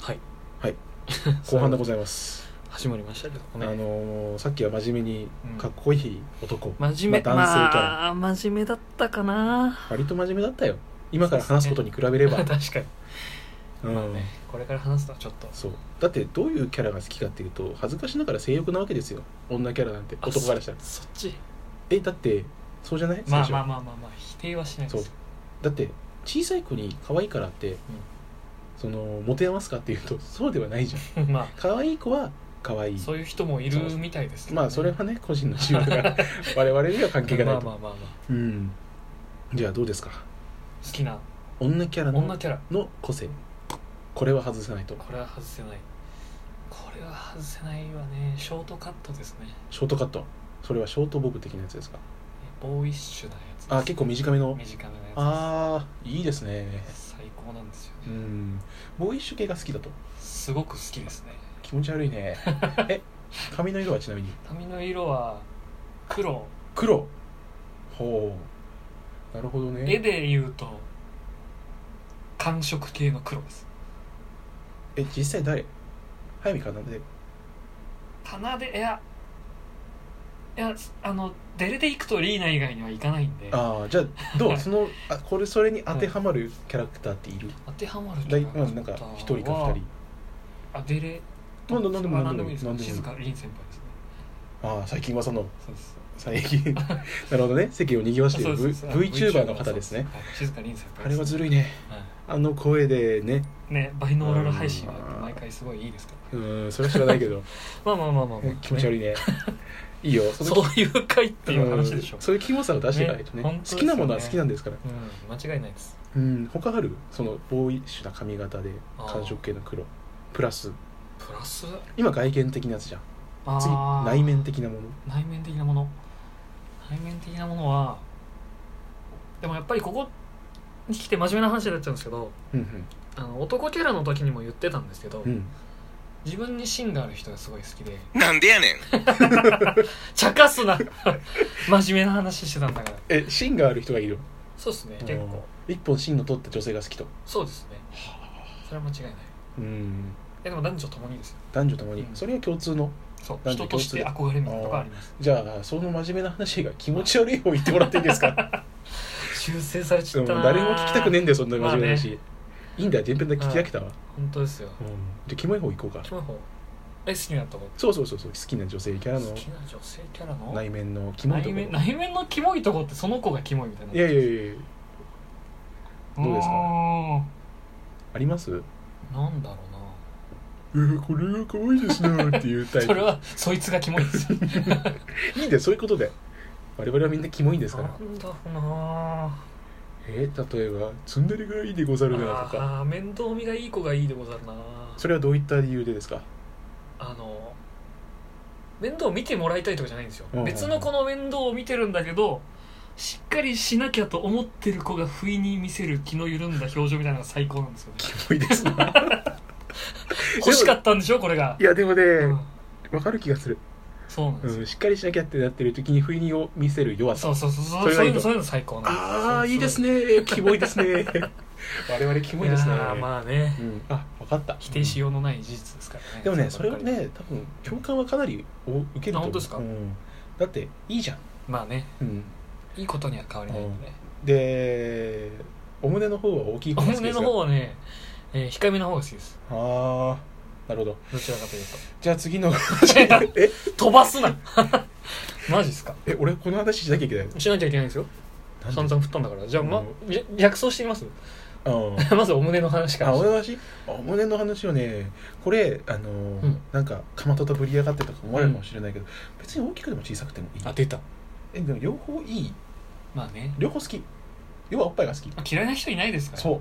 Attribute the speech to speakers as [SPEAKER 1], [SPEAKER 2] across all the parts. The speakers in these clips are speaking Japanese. [SPEAKER 1] はい
[SPEAKER 2] はい
[SPEAKER 1] そ
[SPEAKER 2] 後
[SPEAKER 1] れ
[SPEAKER 2] 半でございます、
[SPEAKER 1] 始まりましたけ
[SPEAKER 2] あ
[SPEAKER 1] どね
[SPEAKER 2] のーさっきは真面目に
[SPEAKER 1] うん
[SPEAKER 2] かっこいい男、
[SPEAKER 1] 真面目、
[SPEAKER 2] まあ男性キャラ
[SPEAKER 1] まあ真面目だったかな
[SPEAKER 2] 割と真面目だったよ今から話すことに比べれば
[SPEAKER 1] 確か に、
[SPEAKER 2] うん
[SPEAKER 1] まあね、これから話すのはちょっと
[SPEAKER 2] そうだってどういうキャラが好きかっていうと恥ずかしながら性欲なわけですよ女キャラなんて
[SPEAKER 1] あ
[SPEAKER 2] 男からしたら
[SPEAKER 1] そそっち
[SPEAKER 2] えだってそうじゃない
[SPEAKER 1] まあ
[SPEAKER 2] 最初
[SPEAKER 1] まあまあまあまあ否定はしないです
[SPEAKER 2] だって小さい子に可愛いからって、その持て余すかっていうとそうではないじゃん
[SPEAKER 1] まあ
[SPEAKER 2] 可愛い子は可愛い
[SPEAKER 1] そういう人もいるみたいですけど
[SPEAKER 2] まあそれはね個人の自由 だから我々には関係がない
[SPEAKER 1] まあ
[SPEAKER 2] と、
[SPEAKER 1] まあまあまあ
[SPEAKER 2] うんじゃあどうですか
[SPEAKER 1] 好きな
[SPEAKER 2] 女キャラ
[SPEAKER 1] 女
[SPEAKER 2] の
[SPEAKER 1] キャラ
[SPEAKER 2] の個性これは外せないと
[SPEAKER 1] これは外せないこれは外せないわねショートカットですね
[SPEAKER 2] ショートカットそれはショートボブ的なやつですか
[SPEAKER 1] ボーイッシュなやつです
[SPEAKER 2] あ結構短めの
[SPEAKER 1] 短めのやつ
[SPEAKER 2] ああいいですね
[SPEAKER 1] です最高なんですよね
[SPEAKER 2] うんボーイッシュ系が好きだと
[SPEAKER 1] すごく好きですね
[SPEAKER 2] 気持ち悪い ねえ髪の色はちなみに
[SPEAKER 1] 髪の色は黒
[SPEAKER 2] 黒ほうなるほど
[SPEAKER 1] 絵
[SPEAKER 2] ね
[SPEAKER 1] で言うと寒色系の黒です
[SPEAKER 2] え実際誰早見かなで
[SPEAKER 1] 棚でいやいやあのデレで行くとリーナ以外にはいかないんで
[SPEAKER 2] ああじゃあど
[SPEAKER 1] は
[SPEAKER 2] う
[SPEAKER 1] い
[SPEAKER 2] そのあこれそれに当てはまるキャラクターっている
[SPEAKER 1] 当てはまる
[SPEAKER 2] だい
[SPEAKER 1] キャ
[SPEAKER 2] う
[SPEAKER 1] ラ
[SPEAKER 2] んなん
[SPEAKER 1] クタ
[SPEAKER 2] か
[SPEAKER 1] ーは
[SPEAKER 2] 一人か二人
[SPEAKER 1] あデレ
[SPEAKER 2] なんでなんでも
[SPEAKER 1] まあ
[SPEAKER 2] なん
[SPEAKER 1] 何
[SPEAKER 2] で
[SPEAKER 1] で
[SPEAKER 2] も
[SPEAKER 1] も
[SPEAKER 2] い
[SPEAKER 1] い
[SPEAKER 2] い
[SPEAKER 1] いです
[SPEAKER 2] なんでもい
[SPEAKER 1] 静
[SPEAKER 2] い
[SPEAKER 1] か凛先輩ですね
[SPEAKER 2] ああ最近はその
[SPEAKER 1] そうです
[SPEAKER 2] 最近 なるほどね席を賑わしている v
[SPEAKER 1] そうです
[SPEAKER 2] VTuber の方ですね
[SPEAKER 1] はい静か凛先輩
[SPEAKER 2] あれはず
[SPEAKER 1] る
[SPEAKER 2] るいねあの声でね
[SPEAKER 1] ねバイノーラル配信は毎回すごいいいですから
[SPEAKER 2] うんそれは知らない けど
[SPEAKER 1] まあまあまあまあまあ
[SPEAKER 2] 気持ち悪
[SPEAKER 1] い
[SPEAKER 2] いねい いよその
[SPEAKER 1] そういう回っていう話でしょ
[SPEAKER 2] んそういうキモさを出していかないと
[SPEAKER 1] ね
[SPEAKER 2] ね
[SPEAKER 1] 本当です
[SPEAKER 2] 好
[SPEAKER 1] よね
[SPEAKER 2] きなものは好きなんですから
[SPEAKER 1] うん間違いないです
[SPEAKER 2] うん他あるそのボーイッシュな髪型で
[SPEAKER 1] あー
[SPEAKER 2] 寒色系の黒プラス
[SPEAKER 1] プラス
[SPEAKER 2] 今外見的なやつじゃん次
[SPEAKER 1] あー
[SPEAKER 2] 内面的なもの
[SPEAKER 1] 内面的なもの内面的なものはでもやっぱりここに来て真面目な話になっちゃうんですけど
[SPEAKER 2] うん
[SPEAKER 1] あの男キャラの時にも言ってたんですけど、
[SPEAKER 2] うんうん
[SPEAKER 1] 自分に芯がある人がすごい好きで
[SPEAKER 3] なんでやねん
[SPEAKER 1] 茶化すな 真面目な話してたんだから
[SPEAKER 2] え芯がある人がいる
[SPEAKER 1] そうですね結構
[SPEAKER 2] 一本芯の取った女性が好きと
[SPEAKER 1] そうですねそれは間違いない
[SPEAKER 2] うん
[SPEAKER 1] えでも男女ともにですよ
[SPEAKER 2] 男女ともに
[SPEAKER 1] うん
[SPEAKER 2] それは共通の
[SPEAKER 1] そう
[SPEAKER 2] 男女
[SPEAKER 1] 人として憧れみたいなとこあります
[SPEAKER 2] じゃあその真面目な話が気持ち悪い方言ってもらっていいで すか
[SPEAKER 1] 修正されちゃ
[SPEAKER 2] う
[SPEAKER 1] っ
[SPEAKER 2] ん
[SPEAKER 1] たな
[SPEAKER 2] 誰も聞きたくねえんだよそんな真面目な話
[SPEAKER 1] ま
[SPEAKER 2] いいんだよ全編だけ聞き飽きたわうん
[SPEAKER 1] 本当ですよ
[SPEAKER 2] じゃあキモい方行こうか
[SPEAKER 1] キモい方え好きなとこ
[SPEAKER 2] そうそうそうそう好きな女性キャラ
[SPEAKER 1] 好
[SPEAKER 2] の
[SPEAKER 1] きな女性キャラの
[SPEAKER 2] 内面のキモいと
[SPEAKER 1] 内
[SPEAKER 2] ころ
[SPEAKER 1] 面内面のキモいとこってその子がキモいみたいない
[SPEAKER 2] やいやいやいやどうですか
[SPEAKER 1] うーん
[SPEAKER 2] あります
[SPEAKER 1] なんだろ
[SPEAKER 2] えー、これが可愛いですねっていうタ
[SPEAKER 1] う
[SPEAKER 2] イ
[SPEAKER 1] な そ
[SPEAKER 2] プ
[SPEAKER 1] れはそいつがキモい ですよ
[SPEAKER 2] いいんだよそういうことで我々はみんなキモいんですから
[SPEAKER 1] なんだろうな
[SPEAKER 2] えー、例えば「ツンデレがいいでござるな」とか
[SPEAKER 1] あー面倒見がいい子がいいでござるな
[SPEAKER 2] それはどういった理由でですか
[SPEAKER 1] あの面倒を見てもらいたいとかじゃないんですよ、
[SPEAKER 2] うん
[SPEAKER 1] 別の子の面倒を見てるんだけどしっかりしなきゃと思ってる子が不意に見せる気の緩んだ表情みたいなのが最高なんですよね
[SPEAKER 2] キモいですな
[SPEAKER 1] 欲しかったんでしょこれが
[SPEAKER 2] いやでもね
[SPEAKER 1] う
[SPEAKER 2] わ
[SPEAKER 1] ん、、
[SPEAKER 2] かる気がする、
[SPEAKER 1] そうなんですよ、
[SPEAKER 2] うん、しっかりしなきゃってなってる時に不意にを見せる弱さ
[SPEAKER 1] そうそうそうそ
[SPEAKER 2] そうれ
[SPEAKER 1] そ
[SPEAKER 2] が
[SPEAKER 1] う
[SPEAKER 2] い
[SPEAKER 1] い
[SPEAKER 2] いうと
[SPEAKER 1] のそういうの最高なんです
[SPEAKER 2] ああいいですねキモいですね 我々キ
[SPEAKER 1] キ
[SPEAKER 2] モいですね
[SPEAKER 1] まあね
[SPEAKER 2] うん、あ分かった
[SPEAKER 1] 否定しようのない事実ですからね、
[SPEAKER 2] でもねそれ
[SPEAKER 1] ば
[SPEAKER 2] は
[SPEAKER 1] っかり
[SPEAKER 2] ね多分共感はかなりお受けると思う
[SPEAKER 1] あ本当ですか
[SPEAKER 2] うん、だっていいじゃん、
[SPEAKER 1] まあね
[SPEAKER 2] うん、
[SPEAKER 1] いいことには変わりないんでね
[SPEAKER 2] でお胸の方は大きい
[SPEAKER 1] お
[SPEAKER 2] 方が好きで
[SPEAKER 1] 胸
[SPEAKER 2] す
[SPEAKER 1] の
[SPEAKER 2] か
[SPEAKER 1] 方はね、えー控えめの方が好きです
[SPEAKER 2] ああなるほど
[SPEAKER 1] どちらかという
[SPEAKER 2] じゃあ次 の
[SPEAKER 1] と
[SPEAKER 2] え
[SPEAKER 1] 飛ばすな マジっすか
[SPEAKER 2] え俺この話しなきゃいけないの
[SPEAKER 1] しなきゃいけないんですよ
[SPEAKER 2] なんで
[SPEAKER 1] 散々振ったんだからじゃあ、ま
[SPEAKER 2] う、
[SPEAKER 1] じゃ逆走してみます
[SPEAKER 2] うん
[SPEAKER 1] まずお胸の話から
[SPEAKER 2] あ俺の話あお胸の話はねこれあのー
[SPEAKER 1] うん
[SPEAKER 2] なんかかまととぶり上がってとか思われるかもしれないけど、別に大きくでも小さくてもいい
[SPEAKER 1] あ出た
[SPEAKER 2] えでも両方いい
[SPEAKER 1] まあね
[SPEAKER 2] 両方好き要はおっぱいが好き
[SPEAKER 1] 嫌いな人いないですから
[SPEAKER 2] そう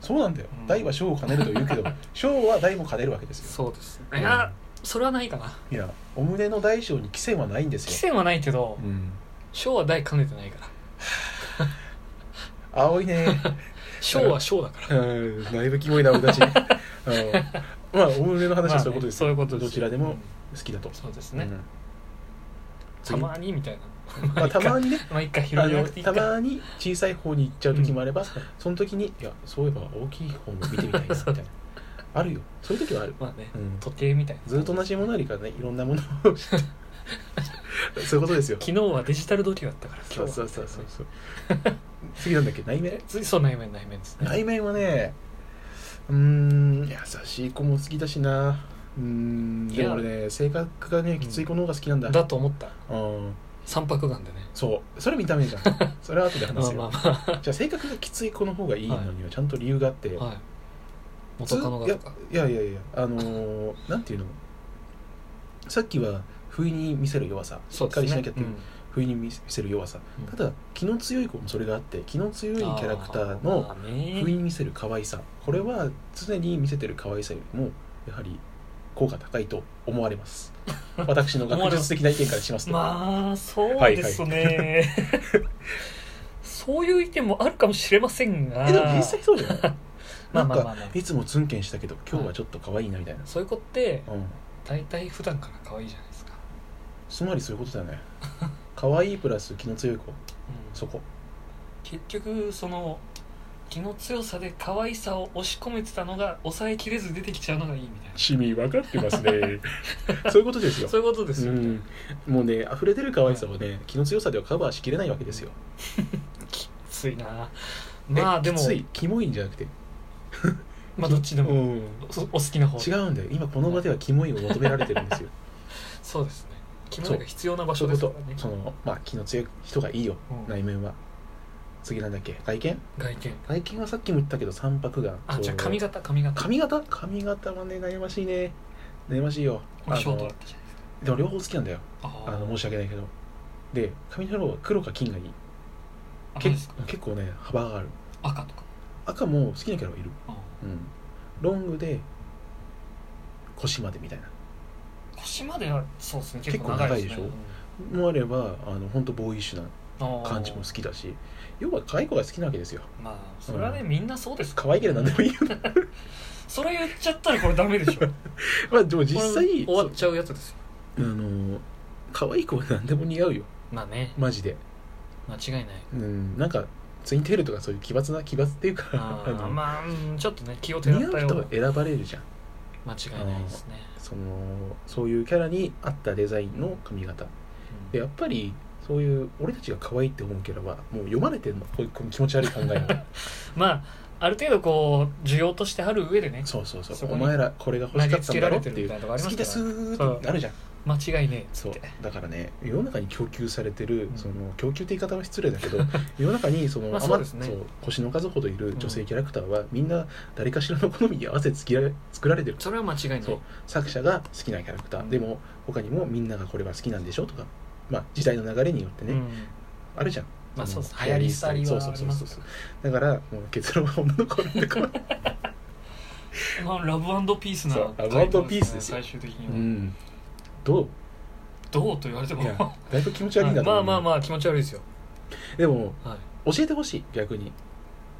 [SPEAKER 2] そうなんだよ、
[SPEAKER 1] うん
[SPEAKER 2] 大は小を兼ねると言 うけど小は大も兼ねるわけですよ
[SPEAKER 1] そうですいや、それはないかない
[SPEAKER 2] やお胸の大小に規制はないんです
[SPEAKER 1] 規
[SPEAKER 2] よ、
[SPEAKER 1] 制はないけど
[SPEAKER 2] うん、
[SPEAKER 1] 小は大兼ねてないから
[SPEAKER 2] 青 いね
[SPEAKER 1] 小は小だから
[SPEAKER 2] うんだいぶキモいな俺たちうんまあお胸の話はそういうことです、
[SPEAKER 1] まあねそういうことです
[SPEAKER 2] どちらで
[SPEAKER 1] う
[SPEAKER 2] も
[SPEAKER 1] ん
[SPEAKER 2] 好きだと、
[SPEAKER 1] そうですね、
[SPEAKER 2] うん
[SPEAKER 1] たまにみたいな
[SPEAKER 2] まあ、たまにね
[SPEAKER 1] まあ一回拾
[SPEAKER 2] あ
[SPEAKER 1] えな
[SPEAKER 2] の
[SPEAKER 1] くていい
[SPEAKER 2] た
[SPEAKER 1] か
[SPEAKER 2] まに小さい方に行っちゃう時もあれば、その時にいやそういえば大きい方も見てみたいなみたいなあるよそういう時はある、
[SPEAKER 1] まあね、
[SPEAKER 2] うん、
[SPEAKER 1] 時計みたいな
[SPEAKER 2] ずっと同じものよりかねいろんなもの をそういうことですよ
[SPEAKER 1] 昨日はデジタル時計だったから今日
[SPEAKER 2] そ
[SPEAKER 1] は
[SPEAKER 2] うそうそうそうそう次なんだっけ内面
[SPEAKER 1] 次そう内面内面ですね
[SPEAKER 2] 内面はねうーん優しい子も好きだしなうーん
[SPEAKER 1] い
[SPEAKER 2] で
[SPEAKER 1] や
[SPEAKER 2] も俺ね性格がねきつい子の方が好きなんだ、
[SPEAKER 1] だと思った
[SPEAKER 2] うん
[SPEAKER 1] 三白眼でね
[SPEAKER 2] そうそれ見た目じゃんそれは後で
[SPEAKER 1] ま
[SPEAKER 2] 話
[SPEAKER 1] あ
[SPEAKER 2] すよ、
[SPEAKER 1] まあま
[SPEAKER 2] じゃあ性格がきつい子の方がいいのにはちゃんと理由があって、
[SPEAKER 1] あはい元カノが
[SPEAKER 2] いや
[SPEAKER 1] とか
[SPEAKER 2] いやいやいやあのー、 なんていうのさっきは不意に見せる弱さし
[SPEAKER 1] そ
[SPEAKER 2] っ
[SPEAKER 1] う
[SPEAKER 2] か
[SPEAKER 1] です
[SPEAKER 2] り
[SPEAKER 1] ね
[SPEAKER 2] しなきゃっていう
[SPEAKER 1] うん
[SPEAKER 2] 不意に見せる弱さ
[SPEAKER 1] うん
[SPEAKER 2] ただ気の強い子もそれがあって気の強いキャラクターの
[SPEAKER 1] あーまあね
[SPEAKER 2] 不意に見せる可愛さこれは常に見せてる可愛さよりもやはり効果高いと思われます 私の学術的な意見からしますと、
[SPEAKER 1] まあそうですね、そういう意見もあるかもしれませんが
[SPEAKER 2] えでも実際そうじゃない
[SPEAKER 1] まあま
[SPEAKER 2] なん
[SPEAKER 1] あまあ
[SPEAKER 2] か
[SPEAKER 1] まあ
[SPEAKER 2] いつもツンケンしたけど今日はちょっと可愛いなみたいな、
[SPEAKER 1] そういう子って
[SPEAKER 2] うん、
[SPEAKER 1] 大体普段から可愛いじゃないですか、
[SPEAKER 2] つまりそういうこと だよね可愛いプラス気の強い子
[SPEAKER 1] うん
[SPEAKER 2] そこ
[SPEAKER 1] 結局その気の強さで可愛さを押し込めてたのが抑えきれず出てきちゃうのがいいみたいな
[SPEAKER 2] 趣味分かってま すねそういうことですよ
[SPEAKER 1] そういうことですよ、
[SPEAKER 2] うん、もうね溢れ出る可愛さはね気の強さではカバーしきれないわけですよ
[SPEAKER 1] きついなまあ
[SPEAKER 2] え
[SPEAKER 1] でも
[SPEAKER 2] きついキモいんじゃなくて
[SPEAKER 1] まあどっちでも、
[SPEAKER 2] うん
[SPEAKER 1] おお好きな方
[SPEAKER 2] 違うんだよ今この場ではキモいを求められてるんですよ
[SPEAKER 1] そうですね気持ちが必 要な場所
[SPEAKER 2] そう
[SPEAKER 1] で
[SPEAKER 2] いう
[SPEAKER 1] す
[SPEAKER 2] こ
[SPEAKER 1] か
[SPEAKER 2] と
[SPEAKER 1] らね
[SPEAKER 2] そのまあ気の強い人がいいよ、
[SPEAKER 1] うん
[SPEAKER 2] 内面は次なんだっけ外見
[SPEAKER 1] 外見
[SPEAKER 2] 外見はさっきも言ったけど三白眼
[SPEAKER 1] あじゃあ髪
[SPEAKER 2] 型
[SPEAKER 1] 型髪型
[SPEAKER 2] 髪型髪型はね悩ましいね悩ましいよ
[SPEAKER 1] これショートだ
[SPEAKER 2] の
[SPEAKER 1] ったじゃないですか
[SPEAKER 2] でも両方好きなんだよ
[SPEAKER 1] あ
[SPEAKER 2] あ
[SPEAKER 1] ー
[SPEAKER 2] の申し訳ないけどで髪の色は黒か金がいい
[SPEAKER 1] あ
[SPEAKER 2] け
[SPEAKER 1] そうですか
[SPEAKER 2] 結構ね幅がある
[SPEAKER 1] 赤とか
[SPEAKER 2] 赤も好きなキャラはいる、
[SPEAKER 1] あー
[SPEAKER 2] うん、ロングで腰までみたいな
[SPEAKER 1] 腰まではそうですね
[SPEAKER 2] 結
[SPEAKER 1] 結
[SPEAKER 2] 構
[SPEAKER 1] 構
[SPEAKER 2] 長
[SPEAKER 1] 長
[SPEAKER 2] い
[SPEAKER 1] い
[SPEAKER 2] で
[SPEAKER 1] で
[SPEAKER 2] し
[SPEAKER 1] し
[SPEAKER 2] ょ
[SPEAKER 1] ょ、
[SPEAKER 2] もあればあの本当ボーイッシュ
[SPEAKER 1] うん
[SPEAKER 2] な感じも好きだし要は可愛い子が好きなわけですよ
[SPEAKER 1] まあそれはね、
[SPEAKER 2] う
[SPEAKER 1] みんなそうです
[SPEAKER 2] 可愛いけど何でもい いよ
[SPEAKER 1] それ言っちゃったらこれダメでしょこ
[SPEAKER 2] まあでも 実
[SPEAKER 1] れ
[SPEAKER 2] 際
[SPEAKER 1] 終わっちゃうやつですよ
[SPEAKER 2] そうあの可愛い子は何でも似合うよ
[SPEAKER 1] まあね
[SPEAKER 2] マジで
[SPEAKER 1] 間違いない
[SPEAKER 2] うんなんかツインテールとかそういう奇抜な奇抜っていうか
[SPEAKER 1] あ
[SPEAKER 2] あ
[SPEAKER 1] ー
[SPEAKER 2] の
[SPEAKER 1] まあうんちょっとね気を手
[SPEAKER 2] 似
[SPEAKER 1] だ
[SPEAKER 2] 合
[SPEAKER 1] った
[SPEAKER 2] う
[SPEAKER 1] よう
[SPEAKER 2] 人
[SPEAKER 1] な
[SPEAKER 2] は選ばれるじゃん
[SPEAKER 1] 間違いないですね、
[SPEAKER 2] そのそういうキャラに合ったデザインの髪型
[SPEAKER 1] う
[SPEAKER 2] でやっぱりそういう俺たちが可愛いって思うキャラはもう読まれてんのこういうこの気持ち悪い考えが
[SPEAKER 1] んまあある程度こう需要としてある上でね
[SPEAKER 2] そうそう そう
[SPEAKER 1] そこ
[SPEAKER 2] お
[SPEAKER 1] に
[SPEAKER 2] 前らこれが欲しかったんだろっていう
[SPEAKER 1] 投げつけられてるみたいなとこ
[SPEAKER 2] 好
[SPEAKER 1] あります
[SPEAKER 2] き
[SPEAKER 1] から
[SPEAKER 2] ですーってなるじゃん
[SPEAKER 1] 間違いねえっつ
[SPEAKER 2] そ
[SPEAKER 1] っ
[SPEAKER 2] う
[SPEAKER 1] て
[SPEAKER 2] だからね世の中に供給されてる
[SPEAKER 1] うん
[SPEAKER 2] その供給って言い方は失礼だけど 世の中にその
[SPEAKER 1] まあ
[SPEAKER 2] ま
[SPEAKER 1] そうですね
[SPEAKER 2] そう星の数ほどいる女性キャラクターはみんな誰かしらの好みに合わせて作られ作られてる
[SPEAKER 1] それは間違いない
[SPEAKER 2] そう作者が好きなキャラクター、
[SPEAKER 1] うん
[SPEAKER 2] でも他にもみんながこれが好きなんでしょとか、まあ、時代の流れによってね、
[SPEAKER 1] うん
[SPEAKER 2] あるじゃん、
[SPEAKER 1] まあそうです
[SPEAKER 2] の
[SPEAKER 1] 流行り廃りは
[SPEAKER 2] そう
[SPEAKER 1] あ
[SPEAKER 2] そ
[SPEAKER 1] り
[SPEAKER 2] う
[SPEAKER 1] ます
[SPEAKER 2] そうそうだからもう結論は女の子なんだから
[SPEAKER 1] まあラブピースな
[SPEAKER 2] そうラブ
[SPEAKER 1] 回答
[SPEAKER 2] ピースですよ
[SPEAKER 1] ね最終的に
[SPEAKER 2] う
[SPEAKER 1] は、
[SPEAKER 2] んどう
[SPEAKER 1] どうと言われても
[SPEAKER 2] いやだいぶ気持ち悪いなと
[SPEAKER 1] ま
[SPEAKER 2] 思
[SPEAKER 1] あ
[SPEAKER 2] う
[SPEAKER 1] まあまあ気持ち悪いですよ、
[SPEAKER 2] でも
[SPEAKER 1] は
[SPEAKER 2] 教えてほしい逆に
[SPEAKER 1] い、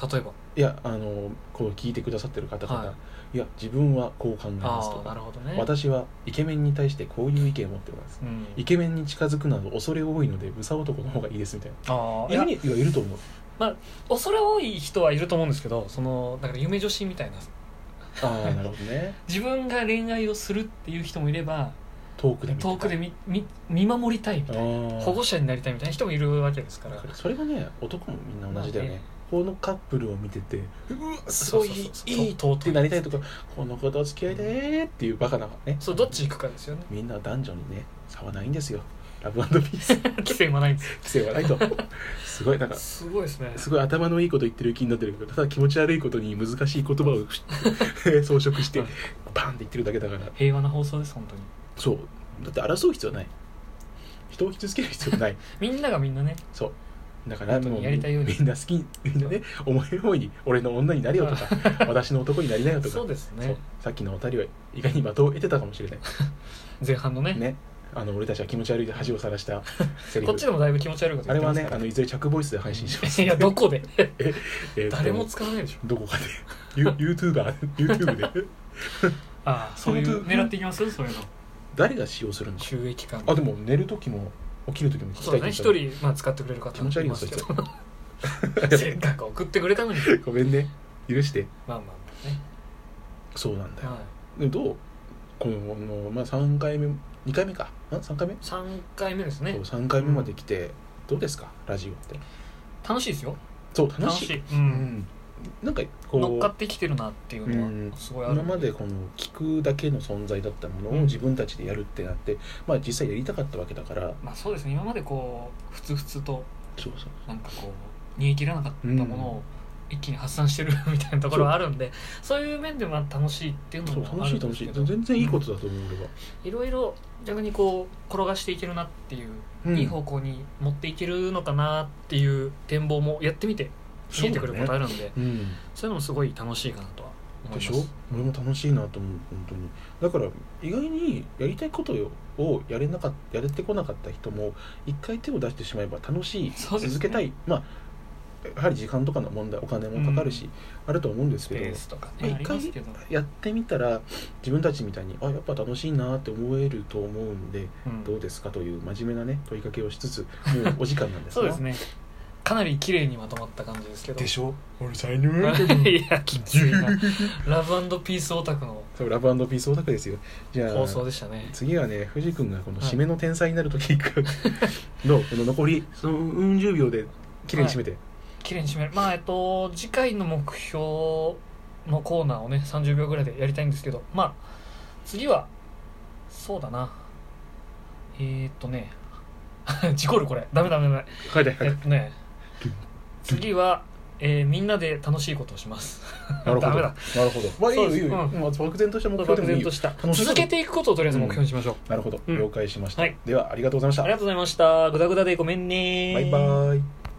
[SPEAKER 1] 例えば
[SPEAKER 2] いやあのこう聞いてくださってる方々、、
[SPEAKER 1] はい
[SPEAKER 2] や自分はこう考えますと
[SPEAKER 1] ああな
[SPEAKER 2] か
[SPEAKER 1] るほどね
[SPEAKER 2] 私はイケメンに対してこういう意見を持ってます
[SPEAKER 1] うん、
[SPEAKER 2] イケメンに近づくなど恐れ多いのでブサ男の方がいいですみたい
[SPEAKER 1] ああい
[SPEAKER 2] な
[SPEAKER 1] や
[SPEAKER 2] 意味はいると思う
[SPEAKER 1] 恐れ多い人はいると思うんですけどそのだから夢女子みたいな
[SPEAKER 2] ああなるほどね
[SPEAKER 1] 自分が恋愛をするっていう人もいれば
[SPEAKER 2] 遠くで見てた
[SPEAKER 1] 遠くで見見見守りたいみたいな
[SPEAKER 2] あ
[SPEAKER 1] 保護
[SPEAKER 2] 者
[SPEAKER 1] 者になりたいみたいな人もいるわけですから
[SPEAKER 2] それはね男もみんな同じだよね,、
[SPEAKER 1] まあね
[SPEAKER 2] このカップルを見ててうわすごい
[SPEAKER 1] そうそうそう
[SPEAKER 2] いい
[SPEAKER 1] 尊い
[SPEAKER 2] ってなりたいとかこの子と付き合いでーっていうバカなね
[SPEAKER 1] そうどっち行くかですよね
[SPEAKER 2] みんな男女にね差はないんですよラブピー ス規
[SPEAKER 1] 規制はないんです
[SPEAKER 2] 制はないとすごいなんか
[SPEAKER 1] すごいですね
[SPEAKER 2] すごい頭のいいこと言ってる気になってるけどただ気持ち悪いことに難しい言葉を 装飾して
[SPEAKER 1] はい
[SPEAKER 2] バンって言ってるだけだから
[SPEAKER 1] 平和な放送です本当に
[SPEAKER 2] そうだって争う必要ない人を傷つける必要ない
[SPEAKER 1] みんながみんなね
[SPEAKER 2] そうだから
[SPEAKER 1] 本当に
[SPEAKER 2] もう
[SPEAKER 1] やりたいように
[SPEAKER 2] みんな好きみんなね思いように俺の女になれよとか私の男になりなよとか
[SPEAKER 1] そうです
[SPEAKER 2] そ
[SPEAKER 1] ね
[SPEAKER 2] うさっきのおたりは意外に的を得てたかもしれない
[SPEAKER 1] 前半 のね
[SPEAKER 2] ねあの俺たちは気持ち悪いで恥をさらしたセリ フ
[SPEAKER 1] こっちでもだいぶ気持ち悪いこと
[SPEAKER 2] あ
[SPEAKER 1] 言って
[SPEAKER 2] れ
[SPEAKER 1] ます
[SPEAKER 2] はねあのいずれ着ボイスで配信します
[SPEAKER 1] いやどこで
[SPEAKER 2] えーと
[SPEAKER 1] 誰も使わないでしょ
[SPEAKER 2] どこかで ユ YouTuber YouTube で
[SPEAKER 1] ああそういう
[SPEAKER 2] 本当
[SPEAKER 1] 狙っていきますそういうの
[SPEAKER 2] 誰が使用するんです
[SPEAKER 1] 収益感
[SPEAKER 2] あでも寝る時も起きる時も聞き
[SPEAKER 1] そ
[SPEAKER 2] た
[SPEAKER 1] う
[SPEAKER 2] い
[SPEAKER 1] だね
[SPEAKER 2] って
[SPEAKER 1] 一
[SPEAKER 2] 言っ
[SPEAKER 1] 人、まあ、使ってくれる方
[SPEAKER 2] 気持ち悪いよ
[SPEAKER 1] ますけ
[SPEAKER 2] そ
[SPEAKER 1] ど せっかく送ってくれたのに
[SPEAKER 2] たらごめんね許して
[SPEAKER 1] まあまあね
[SPEAKER 2] そうなんだよ、
[SPEAKER 1] はい、
[SPEAKER 2] でもどうこの、まあ、3回目2回目かん3回目、
[SPEAKER 1] 3回目ですね
[SPEAKER 2] そう3回目まで来て、どうですかラジオって
[SPEAKER 1] 楽しいですよ
[SPEAKER 2] そう楽
[SPEAKER 1] 楽
[SPEAKER 2] しい
[SPEAKER 1] しい、う、
[SPEAKER 2] うんん、なんかこう
[SPEAKER 1] 乗っかってきてるなっていうのはすごいある、
[SPEAKER 2] 今までこの聞くだけの存在だったものを自分たちでやるってなって、まあ実際やりたかったわけだから
[SPEAKER 1] まあそうですね今までこうふつふつと
[SPEAKER 2] そうそう
[SPEAKER 1] なんかこう煮え切らなかったものを一気に発散してる みたいなところはあるんでそういう面でも楽しいっていうの
[SPEAKER 2] そう
[SPEAKER 1] も
[SPEAKER 2] 楽
[SPEAKER 1] あ
[SPEAKER 2] し
[SPEAKER 1] るん
[SPEAKER 2] い楽
[SPEAKER 1] です
[SPEAKER 2] し
[SPEAKER 1] け
[SPEAKER 2] い
[SPEAKER 1] ど
[SPEAKER 2] 全然いいことだと思う、俺は、
[SPEAKER 1] いろいろ逆にこう転がしていけるなっていう、
[SPEAKER 2] うん、
[SPEAKER 1] いい方向に持っていけるのかなっていう展望もやってみて見えてくることあるんでそう,、
[SPEAKER 2] うん
[SPEAKER 1] いうのもすごい楽しいかなとは思い
[SPEAKER 2] で
[SPEAKER 1] ます
[SPEAKER 2] しょ俺も楽しいなと思う本当にだから意外にやりたいことをやれなかっやれてこなかった人も一回手を出してしまえば楽しい
[SPEAKER 1] そうですね
[SPEAKER 2] 続けたいまあやはり時間とかの問題お金もかかるし、あると思うんです
[SPEAKER 1] ス
[SPEAKER 2] け
[SPEAKER 1] ペ
[SPEAKER 2] ど
[SPEAKER 1] ースとか
[SPEAKER 2] まあ
[SPEAKER 1] ねあ
[SPEAKER 2] 一
[SPEAKER 1] り
[SPEAKER 2] 回
[SPEAKER 1] ますけど、
[SPEAKER 2] やってみたら自分たちみたいにあやっぱ楽しいなって思えると思うんで
[SPEAKER 1] うん
[SPEAKER 2] どうですかという真面目なね問いかけをしつつもうお時間なんです
[SPEAKER 1] そうです
[SPEAKER 2] ね
[SPEAKER 1] ねかなり綺麗にまとまった感じですけど
[SPEAKER 2] でしょ俺才
[SPEAKER 1] いやきついなラブピースオタクの
[SPEAKER 2] そうラブピースオタクですよじゃあ
[SPEAKER 1] 放送でしたね
[SPEAKER 2] 次はね藤君がこの締めの天才になる時行く、 どうこの残りそのうん十秒で綺麗に締めて、
[SPEAKER 1] 綺麗に締めるまあえっと次回の目標のコーナーをね30秒ぐらいでやりたいんですけどまあ次はそうだなえー、っとね 事故るこれダメダメダメ
[SPEAKER 2] 書いて書い
[SPEAKER 1] えってと ね次は、えーみんなで楽しいことをします
[SPEAKER 2] なるほど
[SPEAKER 1] ダメ
[SPEAKER 2] な
[SPEAKER 1] だ
[SPEAKER 2] るほどまあいいよいいよ、
[SPEAKER 1] そうです
[SPEAKER 2] まあ漠然とした目標
[SPEAKER 1] 漠
[SPEAKER 2] でもい
[SPEAKER 1] 然
[SPEAKER 2] いよ
[SPEAKER 1] とした
[SPEAKER 2] 楽しそう
[SPEAKER 1] 続けていくことをとりあえず目標にしましょう、
[SPEAKER 2] なるほど、
[SPEAKER 1] うん
[SPEAKER 2] 了解しました、
[SPEAKER 1] はい
[SPEAKER 2] ではありがとうございました
[SPEAKER 1] ありがとうございましたグダグダでごめんね
[SPEAKER 2] バイバイ